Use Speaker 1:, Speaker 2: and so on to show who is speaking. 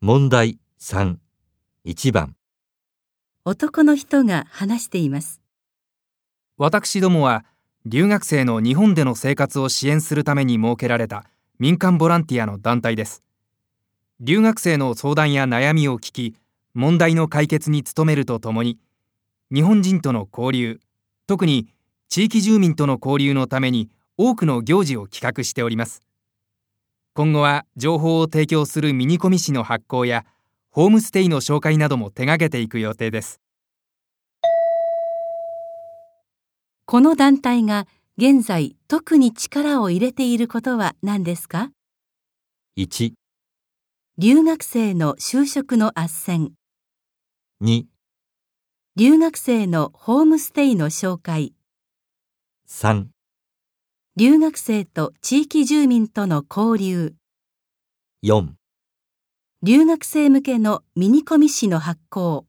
Speaker 1: 問題3、1番、
Speaker 2: 男の人が話しています。
Speaker 3: 私どもは留学生の日本での生活を支援するために設けられた民間ボランティアの団体です留学生の相談や悩みを聞き問題の解決に努めるとともに日本人との交流特に地域住民との交流のために多くの行事を企画しております今後は情報を提供するミニコミ誌の発行やホームステイの紹介なども手掛けていく予定です
Speaker 2: この団体が現在特に力を入れていることは何ですか
Speaker 1: 1、
Speaker 2: 留学生の就職の斡旋、
Speaker 1: 2、
Speaker 2: 留学生のホームステイの紹介、
Speaker 1: 3、
Speaker 2: 留学生と地域住民との交流、
Speaker 1: 4。
Speaker 2: 留学生向けのミニコミ誌の発行。